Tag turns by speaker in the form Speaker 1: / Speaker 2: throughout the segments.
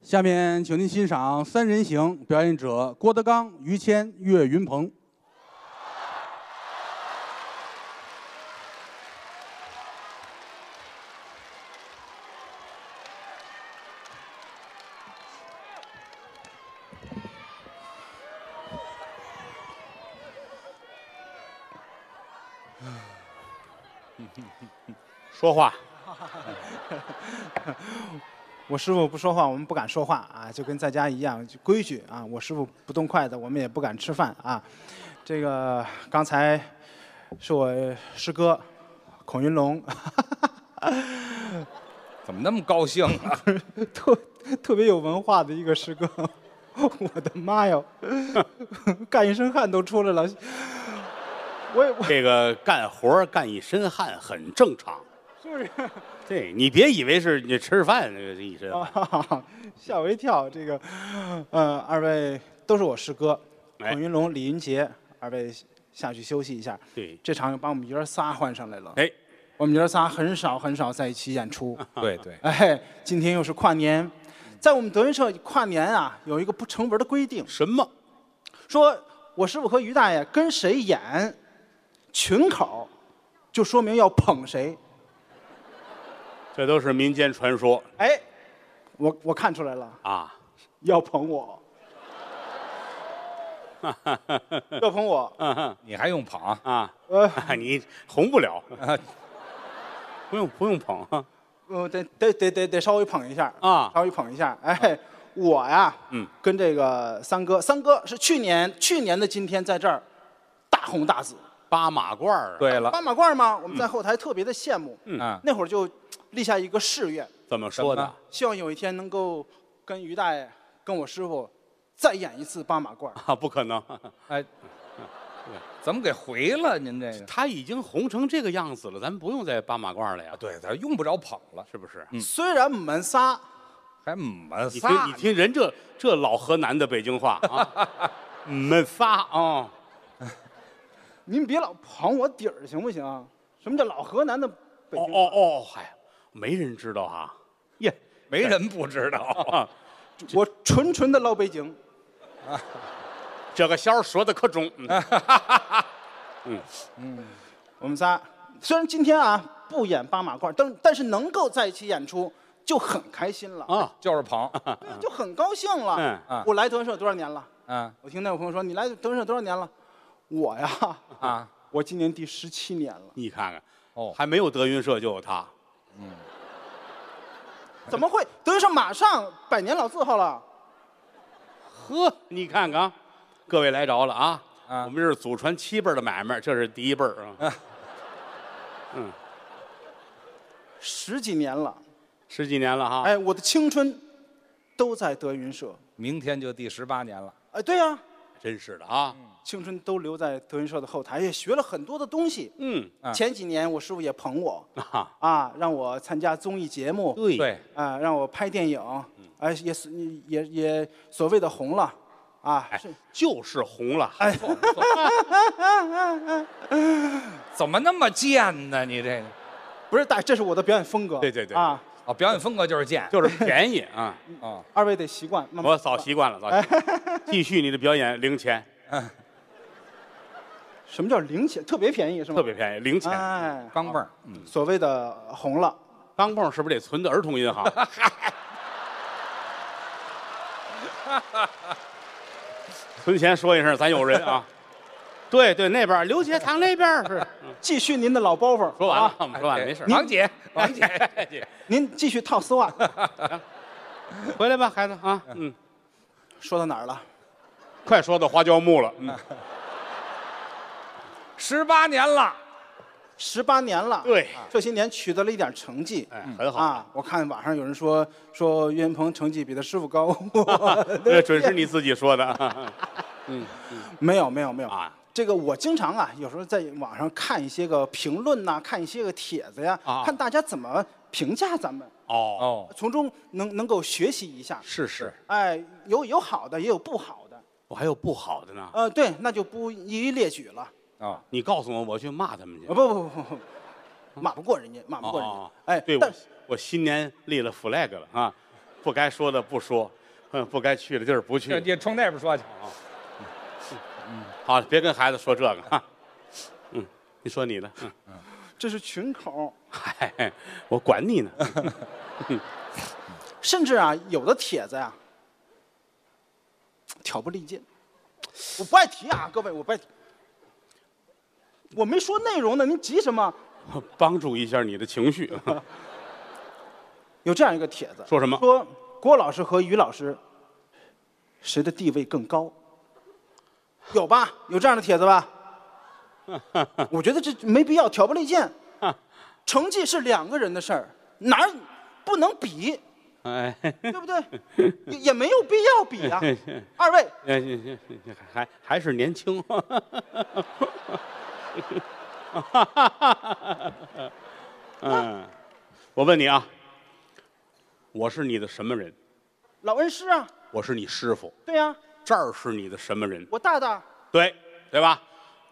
Speaker 1: 下面，请您欣赏《三人行》，表演者郭德纲、于谦、岳云鹏。
Speaker 2: 说话，
Speaker 3: 我师傅不说话，我们不敢说话啊，就跟在家一样，就规矩啊。我师傅不动筷子，我们也不敢吃饭啊。这个刚才是我师哥孔云龙，
Speaker 2: 怎么那么高兴 啊？
Speaker 3: 特特别有文化的一个师哥， 我的妈哟， 干一身汗都出来了。我也 我
Speaker 2: 这个干活儿干一身汗很正常。
Speaker 3: 是不是？
Speaker 2: 对你别以为是你吃饭那个一身
Speaker 4: 哦
Speaker 2: 汗，
Speaker 3: 啊，吓我一跳！这个，呃，二位都是我师哥，
Speaker 2: 哎
Speaker 3: 孔云龙、李云杰，二位下去休息一下。
Speaker 2: 对
Speaker 3: 这场又把我们爷儿仨换上来了。
Speaker 2: 哎，
Speaker 3: 我们爷儿仨很少很少在一起演出。
Speaker 4: 对对，
Speaker 3: 哎，今天又是跨年，在我们德云社跨年啊，有一个不成文的规定，
Speaker 2: 什么？
Speaker 3: 说我师傅和于大爷跟谁演群口，就说明要捧谁。
Speaker 2: 这都是民间传说
Speaker 3: 哎，我我看出来了，
Speaker 2: 啊。
Speaker 3: 要捧我，要捧我。
Speaker 2: 嗯哼
Speaker 4: 你还用捧啊？
Speaker 2: 啊，
Speaker 3: 呃，
Speaker 2: 你红不 了，不用不用捧啊
Speaker 3: 我呃得得得得得稍微捧一下
Speaker 2: 啊
Speaker 3: 稍微捧一下。哎，我呀，
Speaker 2: 嗯，
Speaker 3: 跟这个三哥，三哥是去年去年的今天在这儿大红大紫，
Speaker 2: 八马褂儿啊。
Speaker 4: 对了，
Speaker 3: 八马褂嘛，我们在后台特别的羡慕。
Speaker 2: 嗯
Speaker 4: 啊，
Speaker 3: 那会儿就立下一个誓愿，
Speaker 2: 怎么说
Speaker 4: 怎
Speaker 2: 呢
Speaker 4: 么？
Speaker 3: 希望有一天能够跟于大爷、跟我师傅再演一次八马褂。
Speaker 2: 啊， 不可能，
Speaker 4: 哎，怎么给回了您这个？
Speaker 2: 他已经红成这个样子了，咱们不用再扒马褂儿了呀，
Speaker 4: 啊对，咱嗯用不着捧了，
Speaker 2: 是不是？
Speaker 3: 虽然我们仨
Speaker 4: 还们
Speaker 2: 你听，
Speaker 4: 仨
Speaker 2: 你，听人这这老河南的北京话 啊，你们仨啊，
Speaker 3: 您别老捧我底儿行不行？什么叫老河南的北
Speaker 2: 哦
Speaker 3: 京？
Speaker 2: 哦哦，嗨，没人知道啊，耶，
Speaker 4: 没人不知道。
Speaker 2: 啊，
Speaker 3: 我纯纯的老北京。
Speaker 2: 这个小说的可中，嗯
Speaker 3: 我们仨虽然今天啊不演八马褂，但但是能够在一起演出就很开心了，
Speaker 2: 啊，
Speaker 4: 就是 捧，
Speaker 3: 就很高兴了。
Speaker 2: 嗯
Speaker 4: 嗯
Speaker 3: 我来德云社多少年了？
Speaker 4: 啊
Speaker 3: 我听那有朋友说你来德云社多少年了？我呀，
Speaker 4: 啊，
Speaker 3: 我今年第十七年了。
Speaker 2: 你看看，
Speaker 4: 哦，
Speaker 2: 还没有德云社就有他，
Speaker 3: 怎么会？德云社马上百年老字号了。
Speaker 2: 呵，你看看啊，各位来着了啊，
Speaker 4: 啊
Speaker 2: 我们这是祖传七辈儿的买卖，这是第一辈儿啊，
Speaker 3: 十几年了，
Speaker 2: 十几年了哈，
Speaker 3: 哎，我的青春都在德云社。
Speaker 4: 明天就第十八年了。
Speaker 3: 哎，对呀、
Speaker 2: 真是的啊，
Speaker 3: 青春都留在德云社的后台，也学了很多的东西。
Speaker 2: 嗯，
Speaker 4: 嗯
Speaker 3: 前几年我师傅也捧我
Speaker 2: 啊，
Speaker 3: 啊，让我参加综艺节目，
Speaker 2: 对
Speaker 4: 对，
Speaker 3: 啊，让我拍电影，
Speaker 2: 嗯
Speaker 3: 哎，也是也也所谓的红了，啊，
Speaker 2: 哎
Speaker 3: 是，
Speaker 2: 就是红了，
Speaker 3: 哎，
Speaker 4: 怎么那么贱呢？你这个
Speaker 3: 不是大，这是我的表演风格，
Speaker 2: 对对对
Speaker 3: 啊，
Speaker 4: 哦，表演风格就是贱。
Speaker 2: 就是便宜啊，
Speaker 4: 哦，
Speaker 3: 二位得习惯，慢慢啊
Speaker 2: 我早习惯了，早习惯了，继续你的表演，零钱，
Speaker 3: 什么叫零钱？特别便宜是吗？
Speaker 2: 特别便宜，嗯零钱。
Speaker 3: 哎，
Speaker 4: 钢
Speaker 2: 啊
Speaker 4: 镚儿，嗯
Speaker 3: 所谓的红了，
Speaker 2: 钢镚儿是不是得存到儿童银行？ 存钱说一声，咱有人啊。 对对，那边儿刘杰堂那边儿是。哎
Speaker 3: 继续您的老包袱，
Speaker 2: 说完了
Speaker 3: 啊，
Speaker 2: 我们说完了，没事儿。
Speaker 4: 哎王姐，王
Speaker 2: 哎
Speaker 4: 姐，
Speaker 3: 您继续套丝袜。
Speaker 2: 哎回来吧，孩子啊，嗯，
Speaker 3: 说到哪儿了？
Speaker 2: 快说到花椒木了，嗯，
Speaker 4: 十八年了，
Speaker 3: 十八年了，啊
Speaker 2: 对
Speaker 3: 这些年取得了一点成绩。
Speaker 2: 哎，很好，
Speaker 3: 啊！我看网上有人说说岳云鹏成绩比他师傅高，
Speaker 2: 这准是你自己说 的啊
Speaker 3: 没有没有没有
Speaker 2: 啊。
Speaker 3: 这个我经常啊，有时候在网上看一些个评论呐、看一些个帖子呀、
Speaker 2: 啊
Speaker 3: 看大家怎么评价咱们，
Speaker 2: 哦，
Speaker 4: 哦，
Speaker 3: 从中能能够学习一下。
Speaker 2: 是是，
Speaker 3: 哎，有有好的，也有不好的。
Speaker 2: 我哦还有不好的呢，
Speaker 3: 呃，对，那就不一一列举了。
Speaker 4: 哦，
Speaker 2: 你告诉我，我去骂他们去
Speaker 3: 啊，。不不不不不，骂不过人家，骂不过人
Speaker 2: 哦哦哦
Speaker 3: 家。哎，
Speaker 2: 对我
Speaker 3: 但是，
Speaker 2: 我新年立了 flag 了啊，不该说的不说，嗯，不该去的地儿不
Speaker 4: 这
Speaker 2: 去。
Speaker 4: 你冲那边说去。
Speaker 2: 好，别跟孩子说这个哈。嗯，你说你的，嗯，
Speaker 3: 这是群口，
Speaker 2: 嗨，我管你呢。
Speaker 3: 甚至啊，有的帖子呀、挑拨离间。我不爱提啊，各位，我不爱提。我没说内容呢，您急什么？
Speaker 2: 帮助一下你的情绪。
Speaker 3: 有这样一个帖子，
Speaker 2: 说什么
Speaker 3: 说郭老师和于老师谁的地位更高？有吧？有这样的帖 子吧？我觉得这没必要挑拨离间。成绩是两个人的事儿，哪儿不能 比，
Speaker 2: 哎，
Speaker 3: 对不对？也也没有必要 比啊。二位
Speaker 2: 哎你你你你还还是年轻。嗯，我问你啊，我是你的什么人？
Speaker 3: 老恩师啊，
Speaker 2: 我是你师傅，
Speaker 3: 对呀、
Speaker 2: 这儿是你的什么人？
Speaker 3: 我大大
Speaker 2: 对对吧？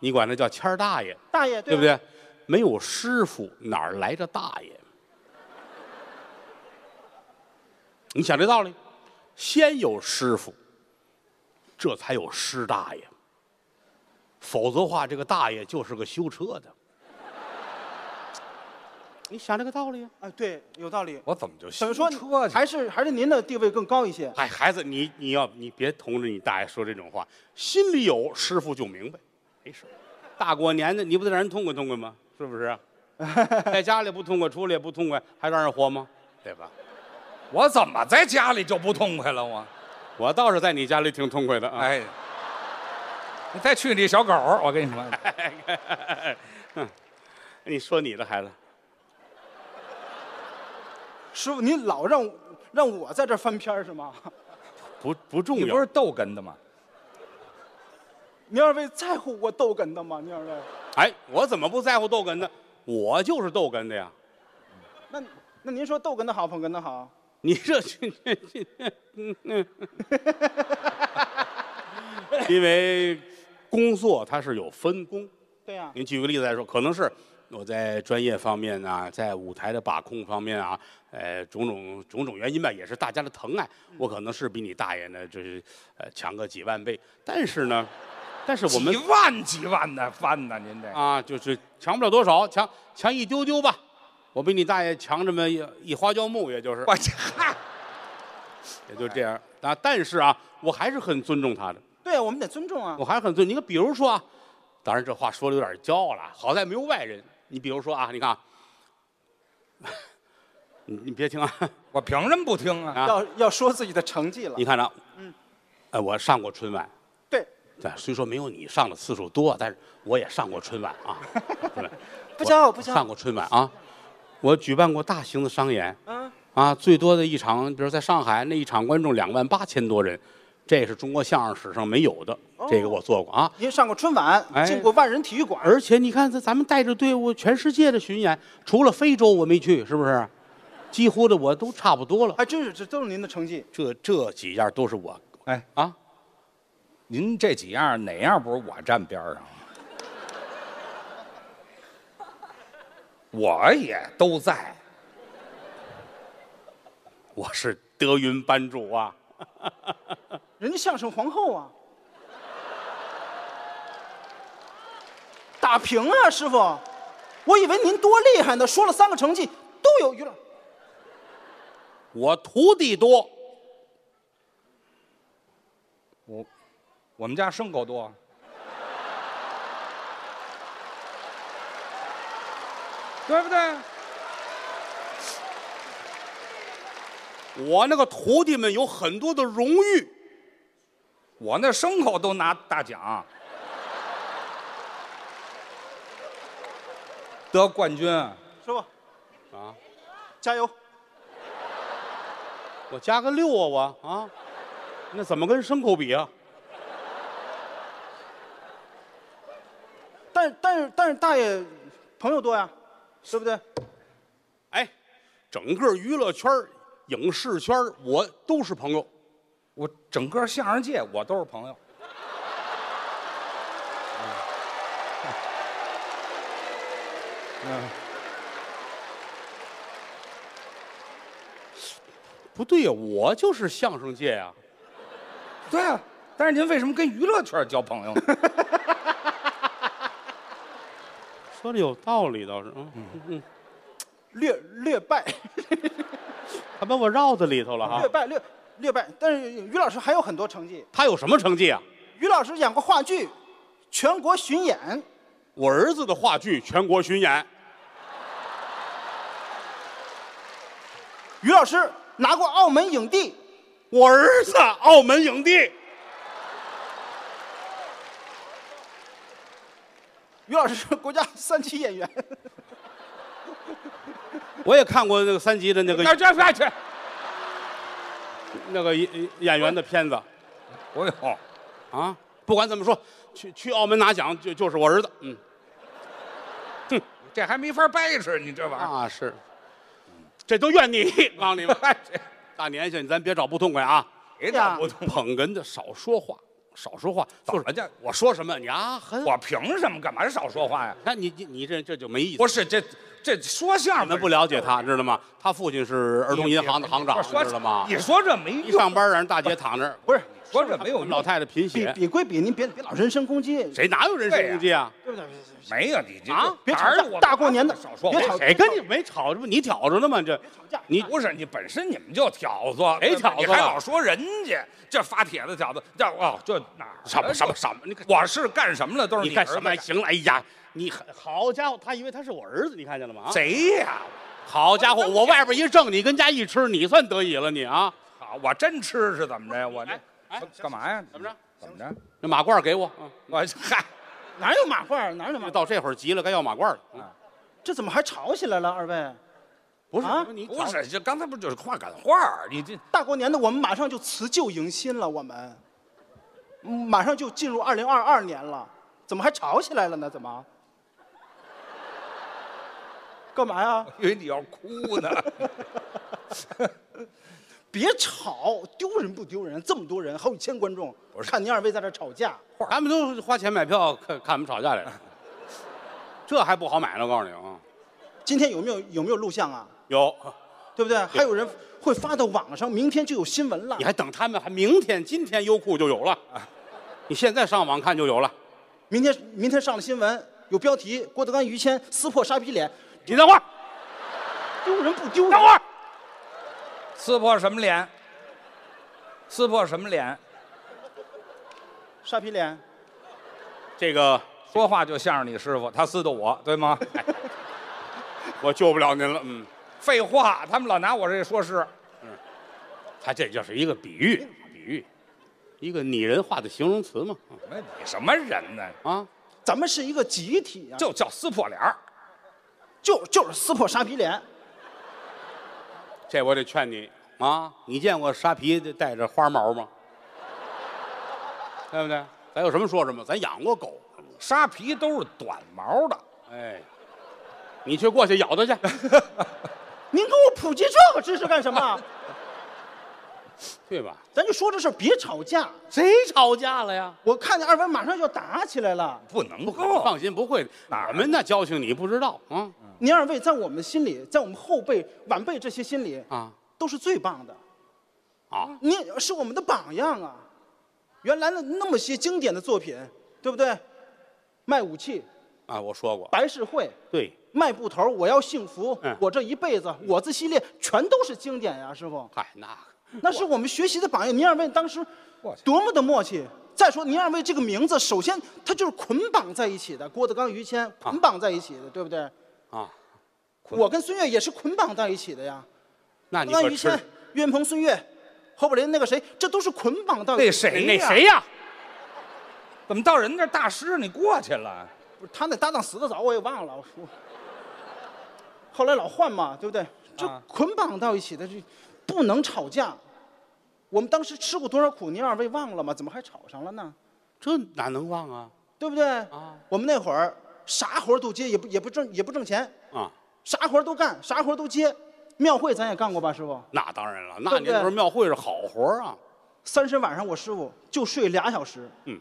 Speaker 2: 你管他叫谦儿大爷，
Speaker 3: 大爷，
Speaker 2: 对
Speaker 3: 吧
Speaker 2: 不？对？没有师傅哪儿来的大爷？ 你想这道理，先有师傅，这才有师大爷。否则话，这个大爷就是个修车的。 你想这个道理啊？
Speaker 3: 哎，对，有道理。
Speaker 4: 我怎么就
Speaker 3: 等于
Speaker 4: 修
Speaker 3: 说
Speaker 2: 啊
Speaker 4: 车去？
Speaker 3: 还是还是您的地位更高一些。
Speaker 2: 哎，孩子，你你要你别同着你大爷说这种话，心里有师傅就明白，没事儿。大过年的，你不得让人痛快痛快吗？是不是 啊？在家里不痛快，出来也不痛快，还让人活吗？对吧？
Speaker 4: 我怎么在家里就不痛快了？我
Speaker 2: 我倒是在你家里挺痛快的啊。
Speaker 4: 哎，你再去你小狗儿，我跟你 说，
Speaker 2: 你说你的孩子，
Speaker 3: 师傅，您老让让我在这儿翻篇儿是吗？
Speaker 2: 不不重
Speaker 4: 你
Speaker 2: 要。
Speaker 4: 不是逗哏的吗？
Speaker 3: 您二位在乎我逗哏的吗？您二位，
Speaker 2: 哎，我怎么不在乎逗哏呢？我就是逗哏的呀。
Speaker 3: 那那您说逗哏的好，捧哏的好？
Speaker 2: 你这这这这，嗯嗯， 因为工作它是有分工。
Speaker 3: 对呀、
Speaker 2: 您举个例子来说，可能是我在专业方面啊，在舞台的把控方面啊，呃，种种种种原因吧，也是大家的疼爱，
Speaker 4: 嗯
Speaker 2: 我可能是比你大爷呢，就是呃强个几万倍。但是呢，但是我们
Speaker 4: 几万几万的翻呢，您这
Speaker 2: 啊，就是强不了多少，强强一丢丢吧。我比你大爷强这么一一花椒木，也就是
Speaker 4: 我这嗨，
Speaker 2: 也就这样啊。但是啊，我还是很尊重他的，
Speaker 3: 对呀、我们得尊重啊
Speaker 2: 我。还是很尊。你看，比如说啊，当然这话说的有点骄傲了，好在没有外人。你比如说啊，你看啊，你你别听啊，
Speaker 4: 我凭什么不听啊？
Speaker 2: 啊
Speaker 3: 要要说自己的成绩了
Speaker 2: 你。看着、嗯，哎，我上过春晚，
Speaker 3: 对，
Speaker 2: 对，虽说没有你上的次数多，但是我也上过春晚啊。对
Speaker 3: 不骄傲，不
Speaker 2: 我
Speaker 3: 骄
Speaker 2: 上
Speaker 3: 傲。
Speaker 2: 过春晚啊，我举办过大型的商演，
Speaker 3: 嗯
Speaker 2: 啊，最多的一场，比如在上海那一场，观众两万八千多人，这是中国相声史上没有的，这
Speaker 3: 哦
Speaker 2: 个我做过啊。
Speaker 3: 您上过春晚，
Speaker 2: 哎
Speaker 3: 进过万人体育馆，
Speaker 2: 而且你看，咱咱们带着队伍，全世界的巡演，除了非洲我没去，是不是？几乎的我都差不多了。
Speaker 3: 还真是这都是您的成绩。
Speaker 2: 这这几样都是我
Speaker 4: 哎，
Speaker 2: 啊，
Speaker 4: 您这几样哪样不是我站边儿上？我也都在，
Speaker 2: 我是德云班主啊。
Speaker 3: 人家相声皇后啊，打平啊，师傅，我以为您多厉害呢，说了三个成绩都有于老。
Speaker 2: 我徒弟多，
Speaker 4: 我我们家牲口多，对不对？
Speaker 2: 我那个徒弟们有很多的荣誉。
Speaker 4: 我那牲口都拿大奖，得冠军。
Speaker 3: 师傅，
Speaker 2: 啊，
Speaker 3: 加油！
Speaker 2: 我加个六啊，我啊，那怎么跟牲口比啊？
Speaker 3: 但是但是但是大爷朋友多呀，对不对？
Speaker 2: 哎，整个娱乐圈儿、影视圈儿我都是朋友。
Speaker 4: 我整个相声界我都是朋友，
Speaker 2: 不对呀、我就是相声界啊呀、
Speaker 4: 对啊，但是您为什么跟娱乐圈交朋友呢？
Speaker 2: 说的有道理倒是，嗯嗯，
Speaker 3: 略略败，
Speaker 2: 他把我绕到里头了哈
Speaker 3: 略。败，略略败。但是于老师还有很多成绩，
Speaker 2: 他有什么成绩啊？
Speaker 3: 于老师演过话剧，全国巡演，
Speaker 2: 我儿子的话剧全国巡演，
Speaker 3: 于老师拿过澳门影帝，
Speaker 2: 我儿子澳门影帝，
Speaker 3: 于老师是国家三级演员。
Speaker 2: 我也看过那个三级的那个
Speaker 4: 那这这哎这，
Speaker 2: 那个演演员的片子
Speaker 4: 我有，
Speaker 2: 啊。不管怎么说，去去澳门拿奖就就是我儿子，嗯
Speaker 4: 这还没法掰扯，你这玩意儿。
Speaker 2: 啊是，哎这都怨 你，告诉你们，大年下咱别找不痛快啊。
Speaker 4: 谁打不通？
Speaker 2: 捧哏的少说话，少说话，
Speaker 4: 怎么叫
Speaker 2: 我说什么你啊很，
Speaker 4: 我凭什么？干嘛少说话呀？
Speaker 2: 那你你你这这就没意思。
Speaker 4: 不是这这说相
Speaker 2: 你
Speaker 4: 声
Speaker 2: 们不了解他，知道吗？他父亲是儿童银行的行长，
Speaker 4: 说
Speaker 2: 知道吗？
Speaker 4: 你说这没
Speaker 2: 一
Speaker 4: 用，
Speaker 2: 上班让人大街躺 着，
Speaker 3: 不是，
Speaker 4: 说这没有
Speaker 2: 我
Speaker 4: 用
Speaker 2: 们老太太贫
Speaker 3: 比
Speaker 2: 血，
Speaker 3: 比归比，您别别老人身攻击，
Speaker 2: 谁哪有人身攻击啊？
Speaker 3: 对不对？别
Speaker 4: 没有你这
Speaker 2: 啊
Speaker 3: 别
Speaker 4: 哪儿
Speaker 3: 吵架
Speaker 4: 有我
Speaker 3: 大过年的
Speaker 4: 少说
Speaker 3: 别
Speaker 4: 话
Speaker 3: 吵。
Speaker 2: 谁跟你没吵？这不你挑着呢吗？这
Speaker 3: 吵架，
Speaker 2: 你
Speaker 4: 不是你本身你们就挑唆，
Speaker 2: 谁挑唆啊
Speaker 4: 你还老说人家这发帖子挑唆，这哦这哪儿
Speaker 2: 什么什么
Speaker 4: 这
Speaker 2: 什么？你看
Speaker 4: 我是干什么了？都是
Speaker 2: 你干
Speaker 4: 儿子
Speaker 2: 什么？行了，哎呀，你很好家伙，他以为他是我儿子，你看见了吗？啊
Speaker 4: 谁呀？
Speaker 2: 好家伙，我外边一挣，你跟家一吃，你算得意了你啊？
Speaker 4: 好，我真吃是怎么着呀？我这
Speaker 2: 哎哎
Speaker 4: 干嘛呀？
Speaker 2: 怎么着？
Speaker 4: 怎么着？
Speaker 2: 那马褂给我，嗯
Speaker 4: 我嗨，
Speaker 3: 哪有马褂？哪有马褂？
Speaker 2: 到这会儿急了，该要马褂了。嗯
Speaker 3: 这怎么还吵起来了？二位，
Speaker 2: 不是
Speaker 3: 啊
Speaker 2: 你
Speaker 4: 不是这刚才不就是话赶话儿？你这
Speaker 3: 大过年的，我们马上就辞旧迎新了，我们嗯马上就进入二零二二年了，怎么还吵起来了呢？怎么？干嘛呀？
Speaker 4: 以为你要哭呢。
Speaker 3: 别吵，丢人不丢人？这么多人，好几千观众，看您二位在这吵架，
Speaker 2: 他们都花钱买票看看我们吵架来了， 这还不好买呢，我告诉你啊，
Speaker 3: 今天有没有有没有录像啊？
Speaker 2: 有，
Speaker 3: 对不对？还有人会发到网上，明天就有新闻了
Speaker 2: 你。还等他们，还明天、今天优酷就有了，
Speaker 4: 啊
Speaker 2: 你现在上网看就有了。
Speaker 3: 明天明天上了新闻，有标题：郭德纲、于谦撕破沙皮脸，
Speaker 2: 你等会儿，
Speaker 3: 丢人不丢人？
Speaker 2: 等会儿，
Speaker 4: 撕破什么脸？撕破什么脸？
Speaker 3: 沙皮脸，
Speaker 2: 这个
Speaker 4: 说话就像是你师傅，他撕的我，对吗？
Speaker 2: 我救不了您了，嗯，
Speaker 4: 废话，他们老拿我这说事。
Speaker 2: 他这就是一个比喻，比喻，一个拟人化的形容词嘛，
Speaker 4: 那你什么人呢？
Speaker 2: 啊，
Speaker 3: 咱们是一个集体啊，
Speaker 4: 就叫撕破脸儿。
Speaker 3: 就就是撕破沙皮脸。
Speaker 2: 这我得劝你啊，你见过沙皮带着花毛吗？对不对？咱有什么说什么，咱养过狗，
Speaker 4: 沙皮都是短毛的，
Speaker 2: 哎，你去过去咬它去。
Speaker 3: 您给我普及这个知识干什么？啊
Speaker 2: 对吧？
Speaker 3: 咱就说这事儿，别吵架。
Speaker 2: 谁吵架了呀？
Speaker 3: 我看见二位马上就要打起来了。
Speaker 4: 不能
Speaker 2: 你
Speaker 4: 够。
Speaker 2: 放心，不会的。
Speaker 4: 哦哪儿啊
Speaker 2: 我们那交情你不知道啊
Speaker 3: 您二位在我们心里，在我们后辈、晚辈这些心里，
Speaker 4: 嗯
Speaker 2: 啊
Speaker 3: 都是最棒的。
Speaker 2: 啊！
Speaker 3: 您是我们的榜样啊！原来那那么些经典的作品，对不对？卖武器，
Speaker 2: 啊，我说过，
Speaker 3: 白事会，
Speaker 2: 对，
Speaker 3: 卖布头，我要幸福，
Speaker 2: 嗯
Speaker 3: 我这一辈子，我字系列全都是经典呀，师傅，
Speaker 2: 嗨，那个
Speaker 3: 那是我们学习的榜样。您二位当时
Speaker 4: 我去
Speaker 3: 多么的默契！再说您二位这个名字，首先它就是捆绑在一起的，郭德纲、于谦捆绑在一起的，对不对？
Speaker 2: 啊，
Speaker 3: 我跟孙越也是捆绑在一起的呀，
Speaker 2: 那
Speaker 3: 郭
Speaker 2: 你
Speaker 3: 德纲、
Speaker 2: 可
Speaker 3: 于
Speaker 2: 吃
Speaker 3: 谦、岳云鹏、孙越、侯宝林那个谁，这都是捆绑到一
Speaker 4: 那
Speaker 3: 起。
Speaker 4: 谁
Speaker 2: 那
Speaker 4: 呀
Speaker 2: 谁呀？
Speaker 4: 怎么到人那儿大师你过去了？
Speaker 3: 不是他那搭档死得早，我也忘了。我说后来老换嘛，对不对？这
Speaker 4: 啊
Speaker 3: 捆绑到一起的，这不能吵架。我们当时吃过多少苦，您二位忘了吗？怎么还吵上了呢？
Speaker 2: 这哪能忘啊？
Speaker 3: 对不对？
Speaker 2: 啊
Speaker 3: 我们那会儿啥活儿都接，也不也不挣也不挣钱，
Speaker 2: 啊，
Speaker 3: 啥活儿都干，啥活儿都接。庙会咱也干过吧，师傅？
Speaker 2: 那当然了，那
Speaker 3: 对
Speaker 2: 您
Speaker 3: 不对
Speaker 2: 那时候庙会是好活儿啊。
Speaker 3: 三十晚上我师傅就睡俩小时，
Speaker 2: 嗯，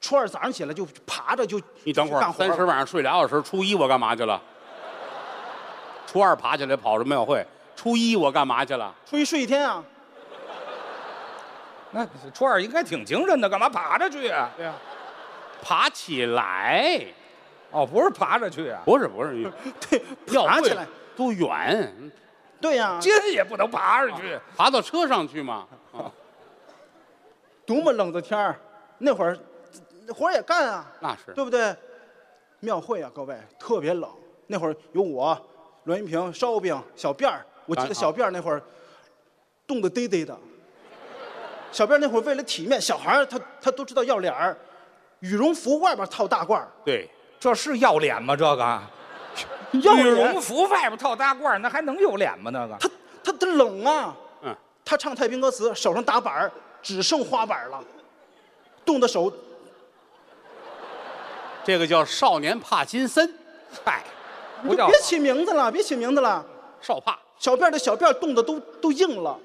Speaker 3: 初二早上起来就爬着就
Speaker 2: 你等会
Speaker 3: 去干
Speaker 2: 儿，
Speaker 3: 活
Speaker 2: 三十晚上睡俩小时，初一我干嘛去了？初二爬起来跑什么庙会？初一我干嘛去了？
Speaker 3: 初一睡一天啊。
Speaker 4: 那初二应该挺精神的，干嘛爬着去啊？
Speaker 3: 对呀、
Speaker 2: 爬起来，
Speaker 4: 哦，不是爬着去啊，
Speaker 2: 不是不 是，
Speaker 3: 对，
Speaker 2: 要
Speaker 3: 爬
Speaker 2: 会
Speaker 3: 起来，
Speaker 2: 多远？
Speaker 3: 对呀、
Speaker 2: 嗯
Speaker 4: 筋也不能爬上去。
Speaker 2: 爬到车上去吗？啊，
Speaker 3: 多么冷的天儿，那会儿活儿也干啊，
Speaker 2: 那是
Speaker 3: 对不对？庙会啊，各位特别冷，那会儿有我、栾云平、烧饼、小辫儿，我记
Speaker 2: 啊
Speaker 3: 得小辫儿那会儿冻得嘚嘚的。小辫儿那会儿为了体面，小孩儿他他都知道要脸儿，羽绒服外边套大褂儿，
Speaker 2: 对，
Speaker 4: 这是要脸吗？这个
Speaker 3: 要
Speaker 4: 羽
Speaker 3: 脸
Speaker 4: 绒服外边套大褂儿，那还能有脸吗？那个
Speaker 3: 他他他冷啊，
Speaker 2: 嗯，
Speaker 3: 他唱太平歌词，手上打板儿只剩花板儿了，冻得手
Speaker 2: 这个叫少年帕金森，
Speaker 4: 嗨，
Speaker 3: 你
Speaker 4: 不
Speaker 3: 就
Speaker 4: 叫
Speaker 3: 别起名字了，别起名字了。
Speaker 2: 少帕。
Speaker 3: 小辫儿的小辫儿冻得都都硬了，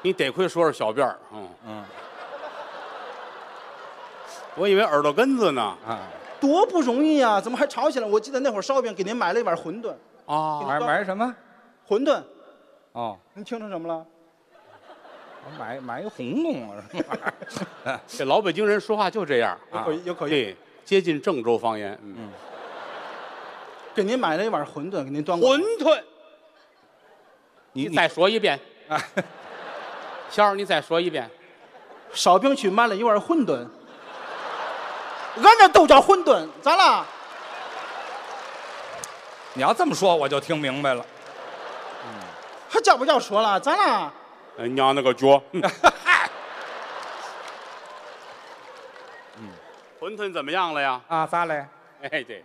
Speaker 2: 你得亏说是小辫儿，嗯
Speaker 4: 嗯
Speaker 2: 我以为耳朵根子呢。
Speaker 4: 啊，
Speaker 3: 多不容易啊！怎么还吵起来？我记得那会儿烧饼给您买了一碗馄饨，
Speaker 2: 啊，
Speaker 4: 买买什么？
Speaker 3: 馄饨，
Speaker 4: 哦，
Speaker 3: 您听成什么了？
Speaker 4: 我买买一红啊洞 啊，什么玩意儿
Speaker 2: 这老北京人说话就这样，
Speaker 3: 有
Speaker 2: 啊
Speaker 3: 口音有口音
Speaker 2: 对，接近郑州方言。嗯，
Speaker 3: 给您买了一碗馄饨，给您端过来
Speaker 2: 馄。饨，
Speaker 4: 你
Speaker 2: 你再说一遍，
Speaker 4: 啊，
Speaker 2: 肖儿，你再说一遍。
Speaker 3: 少兵去买了一碗馄饨，俺这都叫馄饨，咋啦？
Speaker 4: 你要这么说我就听明白了。
Speaker 3: 还叫不叫说了？咋啦？
Speaker 2: 呃娘那个 脚，嗯
Speaker 4: 嗨
Speaker 2: 馄饨怎么样了呀？
Speaker 4: 啊，咋嘞？
Speaker 2: 哎，对，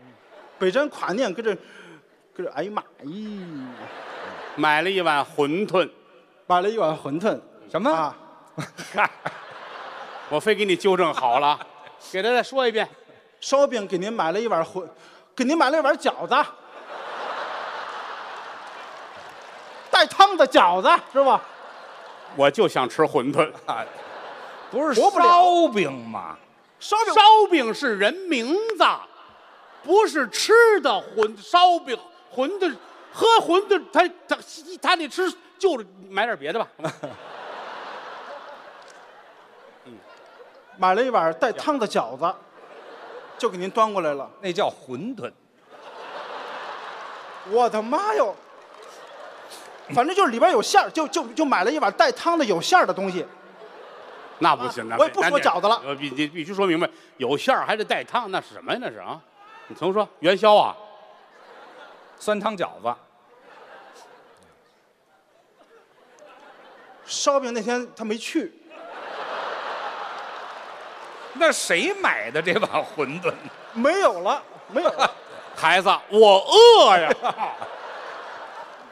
Speaker 3: 北真夸您搁这，搁这，哎呀妈咦，
Speaker 2: 买了一碗馄饨，
Speaker 3: 买了一碗馄饨，
Speaker 4: 什么？
Speaker 3: 啊，
Speaker 4: 嗨，
Speaker 2: 我非给你纠正好 了，给他再说一遍。
Speaker 3: 烧饼给您买了一碗馄，给您买了一碗饺子，带汤的饺子是吧？
Speaker 2: 我就想吃馄饨，
Speaker 4: 啊不是
Speaker 3: 活不了
Speaker 4: 烧饼吗？
Speaker 3: 烧饼
Speaker 2: 烧饼是人名字，不是吃的馄烧饼馄饨，喝馄饨他他他得吃，就是买点别的吧。
Speaker 3: 买了一碗带汤的饺子，就给您端过来了。
Speaker 4: 那叫馄饨。
Speaker 3: 我的妈哟！反正就是里边有馅儿，就就就买了一碗带汤的有馅儿的东西。
Speaker 2: 那不行，那
Speaker 3: 我也不说饺子了
Speaker 2: 我必你必须说明白，有馅儿还得带汤，那是什么呀？那是啊，你重说元宵啊，
Speaker 4: 酸汤饺子，
Speaker 3: 烧饼那天他没去，
Speaker 4: 那谁买的这碗馄饨？
Speaker 3: 没有了，没有了。
Speaker 2: 孩子，我饿呀。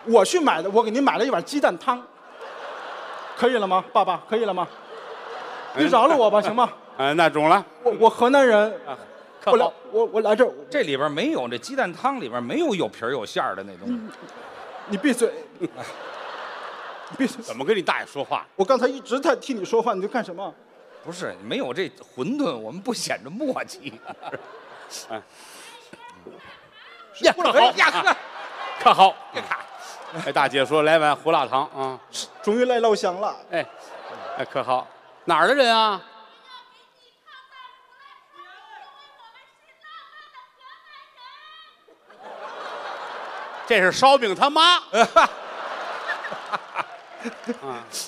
Speaker 3: 我去买的，我给您买了一碗鸡蛋汤，可以了吗，爸爸？可以了吗？你饶了我吧，行吗？
Speaker 2: 嗯，那中了，
Speaker 3: 我我河南人，
Speaker 2: 可
Speaker 3: 我来
Speaker 2: 好，
Speaker 3: 我我来这儿，
Speaker 4: 这里边没有，这鸡蛋汤里边没有有皮儿有馅儿的那东
Speaker 3: 嗯
Speaker 4: 西。
Speaker 3: 你闭嘴，你闭嘴！
Speaker 2: 怎么跟你大爷说话？
Speaker 3: 我刚才一直在替你说话，你在干什么？
Speaker 4: 不是，没有这馄饨，我们不显着 默契。
Speaker 3: 哎
Speaker 2: 呀，可好，
Speaker 4: 呀
Speaker 3: 啊
Speaker 4: 呵，
Speaker 2: 可 好。
Speaker 4: 别看，
Speaker 2: 哎，大姐说来碗胡辣汤啊，
Speaker 3: 终于来老乡了，
Speaker 2: 哎，哎，可好，哪儿的人啊？这是烧饼他妈，啊，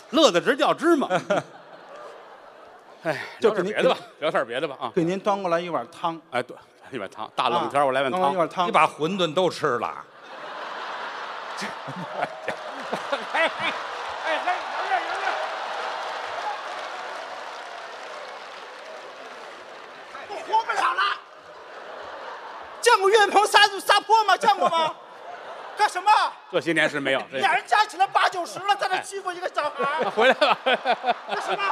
Speaker 2: 乐得直掉芝麻。哎，
Speaker 3: 就
Speaker 2: 聊点别
Speaker 3: 给您
Speaker 2: 的吧，聊点别的吧啊！
Speaker 3: 给您端过来一碗汤。啊
Speaker 2: 哎，对，一碗汤，大冷天儿我来碗
Speaker 3: 端过
Speaker 2: 汤。
Speaker 3: 一碗汤。
Speaker 4: 你把馄饨都吃了。哎哎哎哎，有点有点。
Speaker 3: 我活不了了。见过岳云鹏撒撒泼吗？见过吗？干什么？
Speaker 2: 这些年是没有。 这
Speaker 3: 俩人加起来八九十了，在那欺负一个小孩儿，啊
Speaker 2: 回来吧。
Speaker 3: 干什么？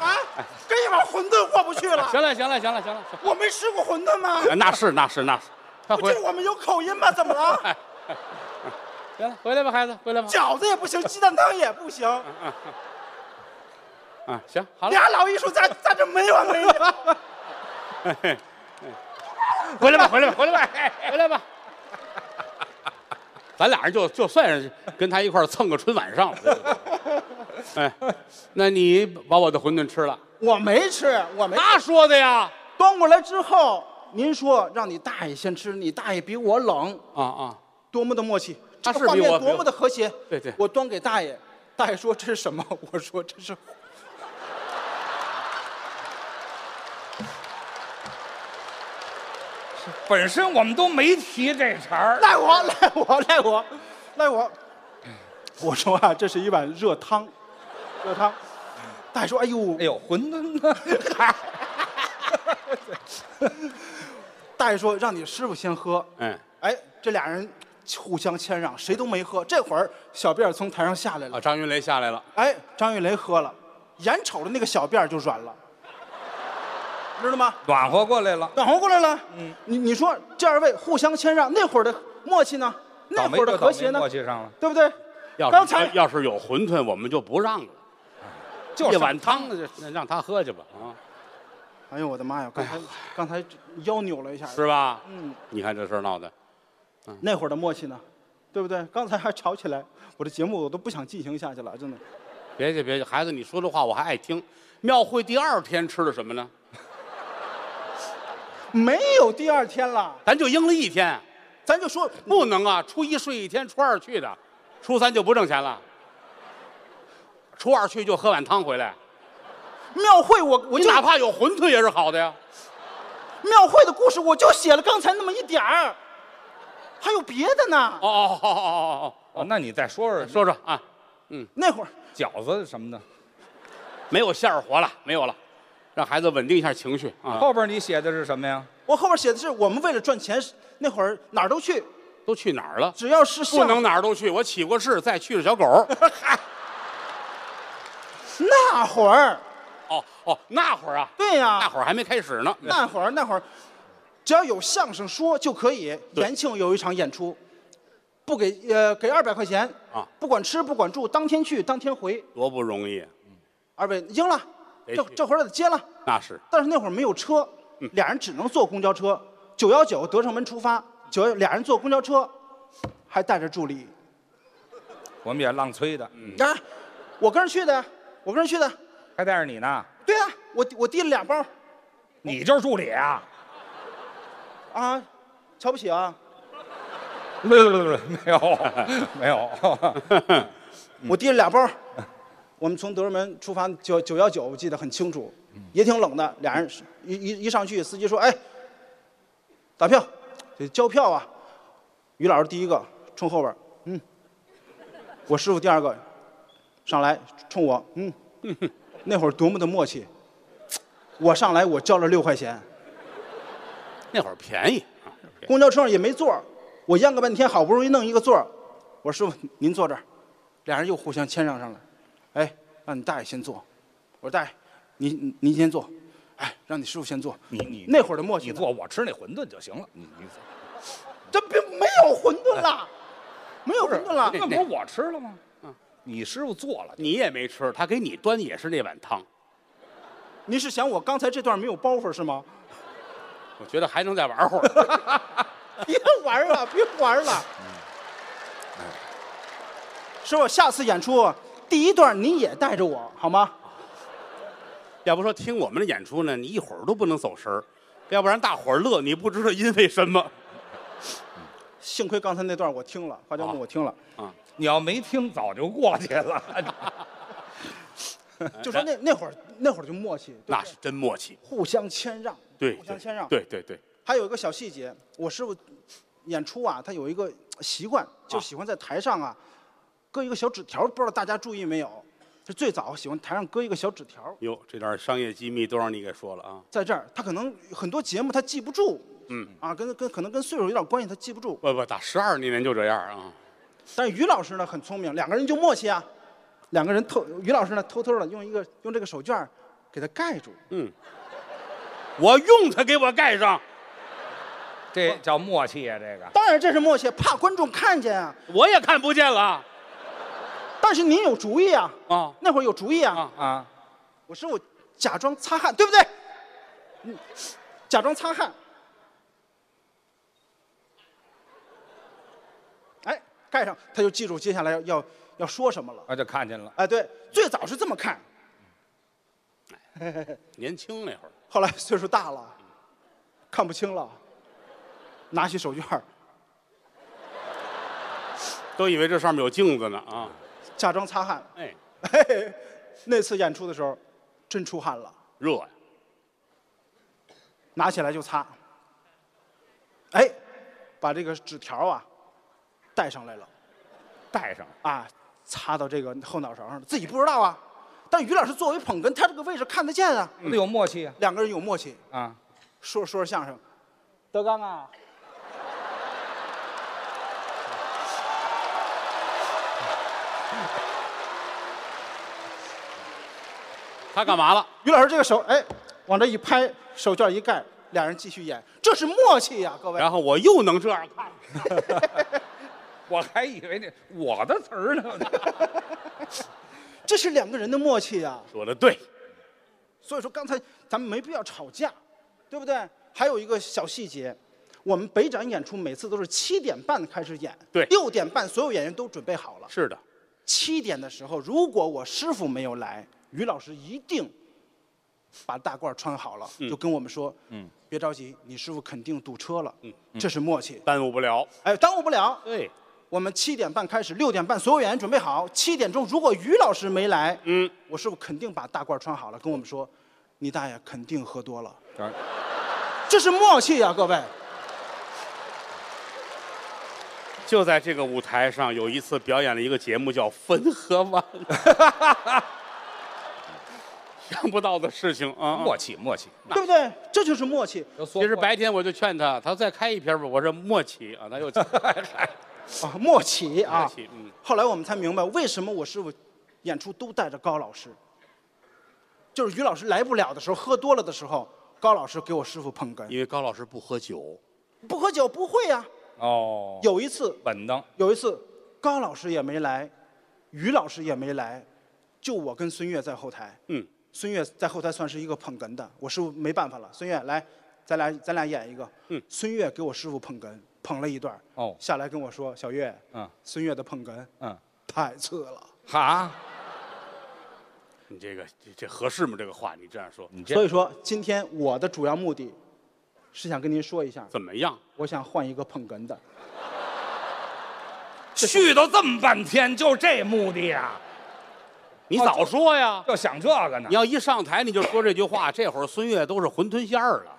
Speaker 3: 啊，
Speaker 2: 哎
Speaker 3: 跟一碗馄饨过不去了。
Speaker 2: 行了，行了，行了，行了。
Speaker 3: 我没吃过馄饨吗？
Speaker 2: 哎那是那是那是，他
Speaker 3: 不
Speaker 2: 回
Speaker 3: 就是我们有口音吗？怎么
Speaker 2: 哎
Speaker 3: 了？
Speaker 2: 行了，回来吧，孩子，回来吧。
Speaker 3: 饺子也不行，鸡蛋汤也不行，
Speaker 2: 啊，行，好了，
Speaker 3: 俩老艺术家在这没完没了。
Speaker 2: 回来吧，回来吧，回来吧，回来吧。 咱俩人就就算是跟他一块儿蹭个春晚上了。哎，那你把我的馄饨吃了？
Speaker 3: 我没吃，我没
Speaker 2: 他说的呀。
Speaker 3: 端过来之后，您说让你大爷先吃，你大爷比我冷，
Speaker 2: 啊啊，
Speaker 3: 多么的默契，
Speaker 2: 他是
Speaker 3: 这个画
Speaker 2: 比我
Speaker 3: 面多么的和谐。
Speaker 2: 对对
Speaker 3: 我端给大爷，大爷说这是什么？我说这是
Speaker 4: 本身我们都没提这茬儿，
Speaker 3: 赖我，赖我，赖我，赖我。我说啊，这是一碗热汤，热汤。大爷说：“哎呦，
Speaker 4: 哎呦，馄饨呢？ 嗨，
Speaker 3: 大爷说让你师傅先喝。
Speaker 2: 嗯，”
Speaker 3: 哎，这俩人互相谦让，谁都没喝。这会儿小辫儿从台上下来了
Speaker 2: 啊，，张云雷下来了，
Speaker 3: 哎，张玉雷喝了，眼瞅着那个小辫儿就软了，知道吗？
Speaker 4: 暖和过来了，
Speaker 3: 暖和过来了。嗯，你你说这二位互相谦让，那会儿的默契呢？那
Speaker 4: 倒霉
Speaker 3: 会儿的
Speaker 4: 就
Speaker 3: 和
Speaker 4: 倒
Speaker 3: 谐
Speaker 4: 霉
Speaker 3: 呢
Speaker 4: 默？契上了，
Speaker 3: 对不对？
Speaker 2: 要哎
Speaker 3: 刚
Speaker 2: 是
Speaker 3: 才
Speaker 2: 要是有馄饨，我们就不让了。
Speaker 4: 就
Speaker 2: 一
Speaker 4: 是
Speaker 2: 碗汤，那让他喝去吧，啊，
Speaker 3: 哎呦我的妈呀！刚才、刚才腰扭了一下，
Speaker 2: 是吧？
Speaker 3: 嗯，
Speaker 2: 你看这事儿闹的，
Speaker 3: 那会儿的默契呢，对不对？刚才还吵起来，我的节目我都不想进行下去了，真的。
Speaker 2: 别介别介，孩子，你说这话我还爱听。庙会第二天吃的什么呢？
Speaker 3: 没有第二天了，
Speaker 2: 咱就应了一天，
Speaker 3: 咱就说
Speaker 2: 不能啊！初一睡一天，初二去的，初三就不挣钱了，初二去就喝碗汤回来。
Speaker 3: 庙会我，我
Speaker 2: 你
Speaker 3: 就
Speaker 2: 哪怕有馄饨也是好的呀。
Speaker 3: 庙会的故事，我就写了刚才那么一点儿，还有别的呢。
Speaker 2: 哦哦哦哦
Speaker 4: 哦，那你再说
Speaker 2: 哦，说
Speaker 4: 说
Speaker 2: 说啊，
Speaker 3: 那会儿
Speaker 4: 饺子什么的，
Speaker 2: 没有馅儿活了，没有了，让孩子稳定一下情绪啊。
Speaker 4: 后边你写的是什么呀？
Speaker 3: 我后边写的是我们为了赚钱，那会儿哪儿都去，
Speaker 2: 都去哪儿了？
Speaker 3: 只要是
Speaker 2: 不
Speaker 3: 像
Speaker 2: 能哪儿都去，我起过誓，再去是小狗。
Speaker 3: 那会儿，
Speaker 2: 哦哦，那会儿啊，
Speaker 3: 对呀、
Speaker 2: 那会儿还没开始呢。
Speaker 3: 那会儿那会儿，只要有相声说就可以。
Speaker 2: 对
Speaker 3: 延庆有一场演出，不给呃给二百块钱
Speaker 2: 啊，
Speaker 3: 不管吃不管住，当天去当天回。
Speaker 2: 多不容易，
Speaker 3: 二位赢了，
Speaker 2: 得
Speaker 3: 这
Speaker 2: 去
Speaker 3: 这活儿得接了。
Speaker 2: 那是
Speaker 3: 但是那会儿没有车，
Speaker 2: 嗯
Speaker 3: 俩人只能坐公交车。九幺九德胜门出发，九俩人坐公交车，还带着助理。
Speaker 4: 我们也浪催的，嗯
Speaker 2: 嗯
Speaker 3: 啊，我跟着去的，我跟着去的。
Speaker 4: 还带着你呢，
Speaker 3: 对啊，我我提了俩包
Speaker 4: 你就是助理啊？
Speaker 3: 啊，瞧不起啊。
Speaker 4: 不不不不，没有没有，
Speaker 3: 我提了俩包儿，我们从德胜门出发，九九幺九，我记得很清楚，也挺冷的。俩人一一一上去，司机说：“哎，打票，得交票啊。”于老师第一个冲后边儿，嗯，我师傅第二个上来冲我，嗯，那会儿多么的默契。我上来我交了六块钱，
Speaker 2: 那会儿便宜啊，
Speaker 3: 公交车上也没座儿我央个半天，好不容易弄一个座儿我说师傅您坐这儿，俩人又互相谦让上了，哎，让你大爷先坐，我说大爷，您您先坐，哎，让你师傅先坐，
Speaker 4: 你你
Speaker 3: 那会儿的默契
Speaker 4: 你
Speaker 3: 呢，
Speaker 4: 做我吃那馄饨就行了，你你
Speaker 3: 这并没有馄饨了，没有馄饨了，
Speaker 4: 那不是我吃了吗？
Speaker 3: 嗯
Speaker 4: 你师傅做了，
Speaker 2: 你也没吃，他给你端的也是那碗汤。
Speaker 3: 您是嫌我刚才这段没有包袱是吗？
Speaker 2: 我觉得还能再玩会儿。
Speaker 3: 别玩了，别玩了，
Speaker 4: 嗯哎
Speaker 3: 师傅，下次演出第一段您也带着我好吗？
Speaker 2: 要不说听我们的演出呢，你一会儿都不能走神儿，要不然大伙儿乐，你不知道因为什么。
Speaker 3: 幸亏刚才那段我听了，花椒木
Speaker 2: 啊
Speaker 3: 我听了。
Speaker 4: 你要没听早就过去了。
Speaker 3: 就说那那会儿那会儿就默契，对
Speaker 2: 哎那是真默契，
Speaker 3: 互相谦让，
Speaker 2: 对，
Speaker 3: 互相谦让。，
Speaker 2: 对对对，
Speaker 3: 还有一个小细节，我师傅演出啊，他有一个习惯，就喜欢在台上啊搁一个小纸条，不知道大家注意没有？是最早喜欢台上搁一个小纸条，
Speaker 2: 哟，这点商业机密都让你给说了啊！
Speaker 3: 在这儿他可能很多节目他记不住，嗯啊，跟跟可能跟岁数有点关系，他记不住。
Speaker 2: 不不，打十二那年就这样啊。
Speaker 3: 但是于老师呢很聪明，两个人就默契啊，两个人偷于老师呢偷偷的用一个用这个手绢儿给他盖住，
Speaker 2: 我用它给我盖上，
Speaker 4: 这叫默契呀、这个
Speaker 3: 当然这是默契，怕观众看见啊。
Speaker 2: 我也看不见了
Speaker 3: 但是您有主意啊，
Speaker 2: 啊！
Speaker 3: 那会儿有主意啊，
Speaker 2: 啊
Speaker 4: 啊，
Speaker 3: 我师傅假装擦汗，对不对？嗯，假装擦汗。哎，盖上，他就记住接下来要要要说什么了。
Speaker 4: 啊，就看见了。
Speaker 3: 哎，对，最早是这么看，
Speaker 2: 年轻那会儿，
Speaker 3: 后来岁数大了，看不清了，拿起手绢儿
Speaker 2: 都以为这上面有镜子呢啊！
Speaker 3: 假装擦汗。
Speaker 2: 哎，
Speaker 3: 嘿，那次演出的时候，真出汗了，
Speaker 2: 热呀、
Speaker 3: 拿起来就擦。哎，把这个纸条啊带上来了
Speaker 2: 带上
Speaker 3: 啊，擦到这个后脑勺上了，自己不知道啊。但于老师作为捧哏，他这个位置看得见啊，
Speaker 4: 得有默契啊！
Speaker 3: 两个人有默契，
Speaker 4: 啊，
Speaker 3: 说着说着相声，德刚啊，
Speaker 2: 他干嘛了？
Speaker 3: 于老师这个手哎往这一拍，手绢一盖，俩人继续演，这是默契呀、各位。
Speaker 2: 然后我又能这样看，
Speaker 4: 我还以为那我的词儿呢。
Speaker 3: 这是两个人的默契啊呀、
Speaker 2: 说的对，
Speaker 3: 所以说刚才咱们没必要吵架，对不对？还有一个小细节，我们北展演出每次都是七点半开始演，
Speaker 2: 对
Speaker 3: 六点半所有演员都准备好了。
Speaker 2: 是的，
Speaker 3: 七点的时候，如果我师傅没有来，于老师一定把大褂穿好了，就跟我们说，嗯，别着急，你师傅肯定堵车了，嗯，这是默契，
Speaker 2: 耽误不了。
Speaker 3: 哎，耽误不了。
Speaker 2: 对，
Speaker 3: 我们七点半开始，六点半所有演员准备好。七点钟，如果于老师没来，
Speaker 2: 嗯，
Speaker 3: 我师傅肯定把大褂穿好了，跟我们说，你大爷肯定喝多了。这是默契呀、各位。
Speaker 2: 就在这个舞台上，有一次表演了一个节目叫《汾河 湾》，想不到的事情啊！
Speaker 4: 默契，默契。
Speaker 3: 对不对？这就是默契。
Speaker 4: 有说
Speaker 2: 其实
Speaker 4: 过
Speaker 2: 白天我就劝他，他说再开一瓶吧。我说默契啊，他又
Speaker 3: 啊，默契啊！
Speaker 2: 默契嗯
Speaker 3: 后来我们才明白，为什么我师傅演出都带着高老师，就是于老师来不了的时候，喝多了的时候，高老师给我师傅捧哏。
Speaker 2: 因为高老师不喝酒，
Speaker 3: 不喝酒不会呀、
Speaker 4: 哦，
Speaker 3: 有一次，
Speaker 4: 稳当。
Speaker 3: 有一次，高老师也没来，于老师也没来，就我跟孙越在后台。
Speaker 2: 嗯，
Speaker 3: 孙越在后台算是一个捧哏的，我师傅没办法了。孙越来，咱俩咱俩演一个。
Speaker 2: 嗯，
Speaker 3: 孙越给我师傅捧哏，捧了一段儿。
Speaker 4: 哦
Speaker 3: 下来跟我说：“小岳，
Speaker 4: 嗯
Speaker 3: 孙越的捧哏
Speaker 4: 嗯，
Speaker 3: 太次了。
Speaker 4: 哈，
Speaker 2: 你这个这这合适吗？这个话你这样说
Speaker 4: 你”
Speaker 3: 所
Speaker 4: 这
Speaker 3: 以说，今天我的主要目的是想跟您说一下，
Speaker 2: 怎么样？
Speaker 3: 我想换一个捧哏的。
Speaker 4: 絮叨这么半天，就这目的啊？
Speaker 2: 你早说呀！
Speaker 4: 就想这个呢
Speaker 2: 你？要一上台你就说这句话，这会儿孙越都是馄饨馅儿了。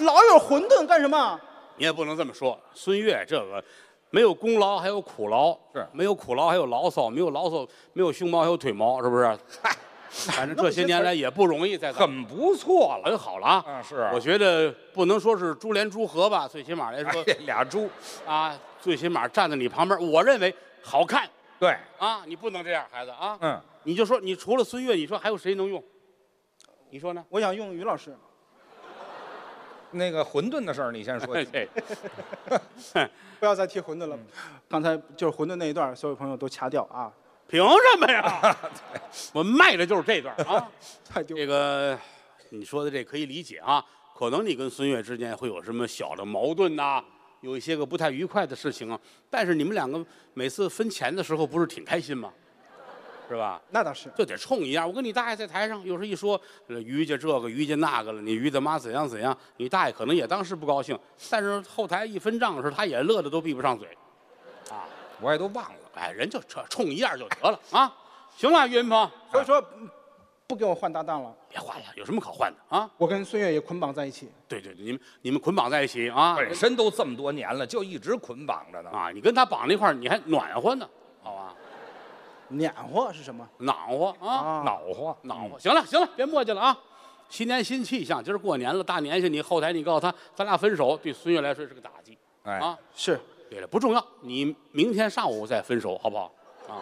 Speaker 3: 老有馄饨干什么？
Speaker 2: 你也不能这么说，孙越这个没有功劳还有苦劳，
Speaker 4: 是
Speaker 2: 没有苦劳还有牢骚，没有牢骚没有胸毛还有腿毛，是不是？嗨， 反正这些年来也不容易，在咱们
Speaker 4: 很不错了。
Speaker 2: 很好了啊。
Speaker 4: 嗯是啊
Speaker 2: 我觉得不能说是珠联珠合吧，最起码来说、
Speaker 4: 哎俩猪，
Speaker 2: 啊，最起码站在你旁边，我认为好看
Speaker 4: 对，
Speaker 2: 啊，你不能这样，孩子啊。
Speaker 4: 嗯，
Speaker 2: 你就说，你除了孙越，你说还有谁能用？你说呢？
Speaker 3: 我想用于老师。
Speaker 4: 那个馄饨的事儿你先说。
Speaker 2: 对，
Speaker 3: 不要再提馄饨了。刚才就是馄饨那一段，所有朋友都掐掉啊，
Speaker 2: 凭什么 呀？我卖的就是这段啊。
Speaker 3: 太丢。
Speaker 2: 这个你说的这可以理解啊，可能你跟孙越之间会有什么小的矛盾呐、有一些个不太愉快的事情啊。但是你们两个每次分钱的时候，不是挺开心吗？是吧？
Speaker 3: 那倒是，
Speaker 2: 就得冲一样。我跟你大爷在台上，有时候一说呃于家这个于家那个了，你于家妈怎样怎样，你大爷可能也当时不高兴，但是后台一分账的时候，他也乐得都闭不上嘴。
Speaker 4: 我也都忘了。
Speaker 2: 哎，人就冲冲一样就得了啊！行了，岳云鹏，哎
Speaker 3: 所以说嗯不给我换搭档了，
Speaker 2: 别换了，有什么可换的啊？
Speaker 3: 我跟孙越也捆绑在一起。
Speaker 2: 对对，对你们你们捆绑在一起啊，
Speaker 4: 本身都这么多年了，就一直捆绑着呢。
Speaker 2: 啊，你跟他绑在一块儿，你还暖和呢，好吧？
Speaker 3: 撵和是什么？
Speaker 2: 暖和啊，
Speaker 3: 啊
Speaker 4: 恼火，
Speaker 2: 暖和。行了，行了，别磨叽了啊！新年新气象，今儿过年了，大年下你后台你告诉他，咱俩分手，对孙越来说是个打击
Speaker 4: 哎，
Speaker 2: 啊。
Speaker 3: 是
Speaker 2: 对了，不重要，你明天上午再分手，好不好？啊，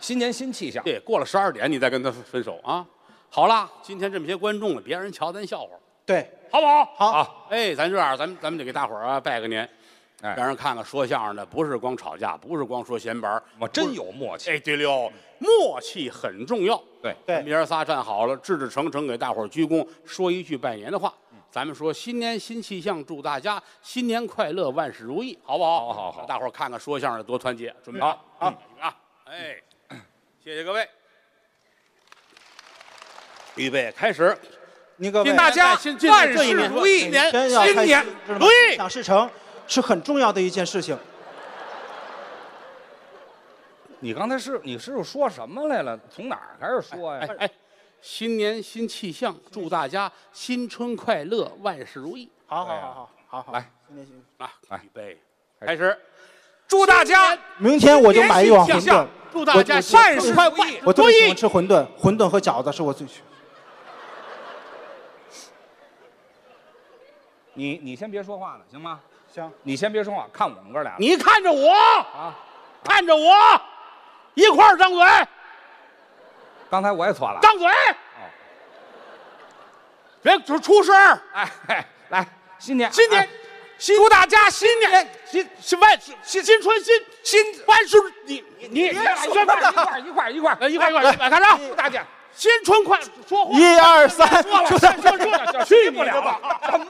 Speaker 4: 新年新气象。
Speaker 2: 对，过了十二点你再跟他分手啊。好啦，今天这么些观众了，别让人瞧咱笑话，
Speaker 3: 对，
Speaker 2: 好不好？
Speaker 3: 好
Speaker 2: 啊，哎，咱这样，咱们咱们得给大伙儿啊拜个年，
Speaker 4: 哎
Speaker 2: 让人看看说相声的不是光吵架，不是光说闲白儿，
Speaker 4: 我真有默契。
Speaker 2: 哎，对了，默契很重要。
Speaker 4: 对，
Speaker 2: 咱
Speaker 3: 对
Speaker 2: 们爷儿仨站好了，志志诚诚给大伙儿鞠躬，说一句拜年的话。咱们说新年新气象，祝大家新年快乐，万事如意，好不好？
Speaker 4: 好好好
Speaker 2: 大伙儿看看说相声的多团结，准备
Speaker 4: 好
Speaker 2: 啊啊！哎，谢谢各位，预备开始，
Speaker 3: 您各位
Speaker 4: 祝，大家
Speaker 2: 现在进
Speaker 4: 万
Speaker 2: 这一
Speaker 4: 事
Speaker 2: 年
Speaker 4: 如意
Speaker 2: 新年
Speaker 3: 嗯真要开
Speaker 4: 新
Speaker 3: 心
Speaker 4: 年，
Speaker 3: 知道吗
Speaker 2: 如意
Speaker 3: 心想事成是很重要的一件事情。
Speaker 4: 你刚才是你师傅说什么来了？从哪儿开始说呀？
Speaker 2: 哎哎，新年新气象，祝大家新春快乐，万事如意
Speaker 3: 好
Speaker 4: 对
Speaker 3: 好
Speaker 4: 呀
Speaker 3: 好好好好，
Speaker 4: 来
Speaker 3: 新年新气象，
Speaker 2: 啊！
Speaker 4: 来
Speaker 2: 预备，
Speaker 4: 开
Speaker 2: 开始，
Speaker 4: 祝大家
Speaker 3: 明天我就买一碗馄
Speaker 2: 新年新气
Speaker 3: 饨
Speaker 2: 象。祝大家新
Speaker 4: 万
Speaker 2: 春
Speaker 4: 事
Speaker 2: 快
Speaker 4: 如意
Speaker 2: 乐，
Speaker 3: 我特别喜欢
Speaker 2: 如意
Speaker 3: 吃馄饨，馄饨和饺子是我最喜
Speaker 4: 你你先别说话了，行吗？
Speaker 3: 行，
Speaker 4: 你先别说话，看我们哥俩。
Speaker 2: 你看着我，
Speaker 4: 啊，
Speaker 2: 看着我，一块儿张嘴，
Speaker 4: 刚才我也错了。
Speaker 2: 张嘴，哦别出出声儿
Speaker 4: 哎，嘿来，新年，
Speaker 2: 新年
Speaker 4: 哎，
Speaker 2: 祝大家新年新哎新万事新新春新新万事，你你你
Speaker 4: 别
Speaker 2: 来
Speaker 4: 说了一块儿一块儿
Speaker 2: 来
Speaker 4: 一
Speaker 2: 一
Speaker 4: 块
Speaker 2: 块
Speaker 4: 儿
Speaker 2: 儿一块儿来看着啊
Speaker 4: 祝大家
Speaker 2: 新春快说话，
Speaker 3: 一二三
Speaker 2: 说了
Speaker 4: 说
Speaker 2: 说了
Speaker 4: 了说
Speaker 2: 说
Speaker 4: 了
Speaker 2: 了，
Speaker 4: 去
Speaker 2: 去
Speaker 4: 不
Speaker 2: 不
Speaker 4: 了
Speaker 2: 了
Speaker 4: 了
Speaker 2: 了，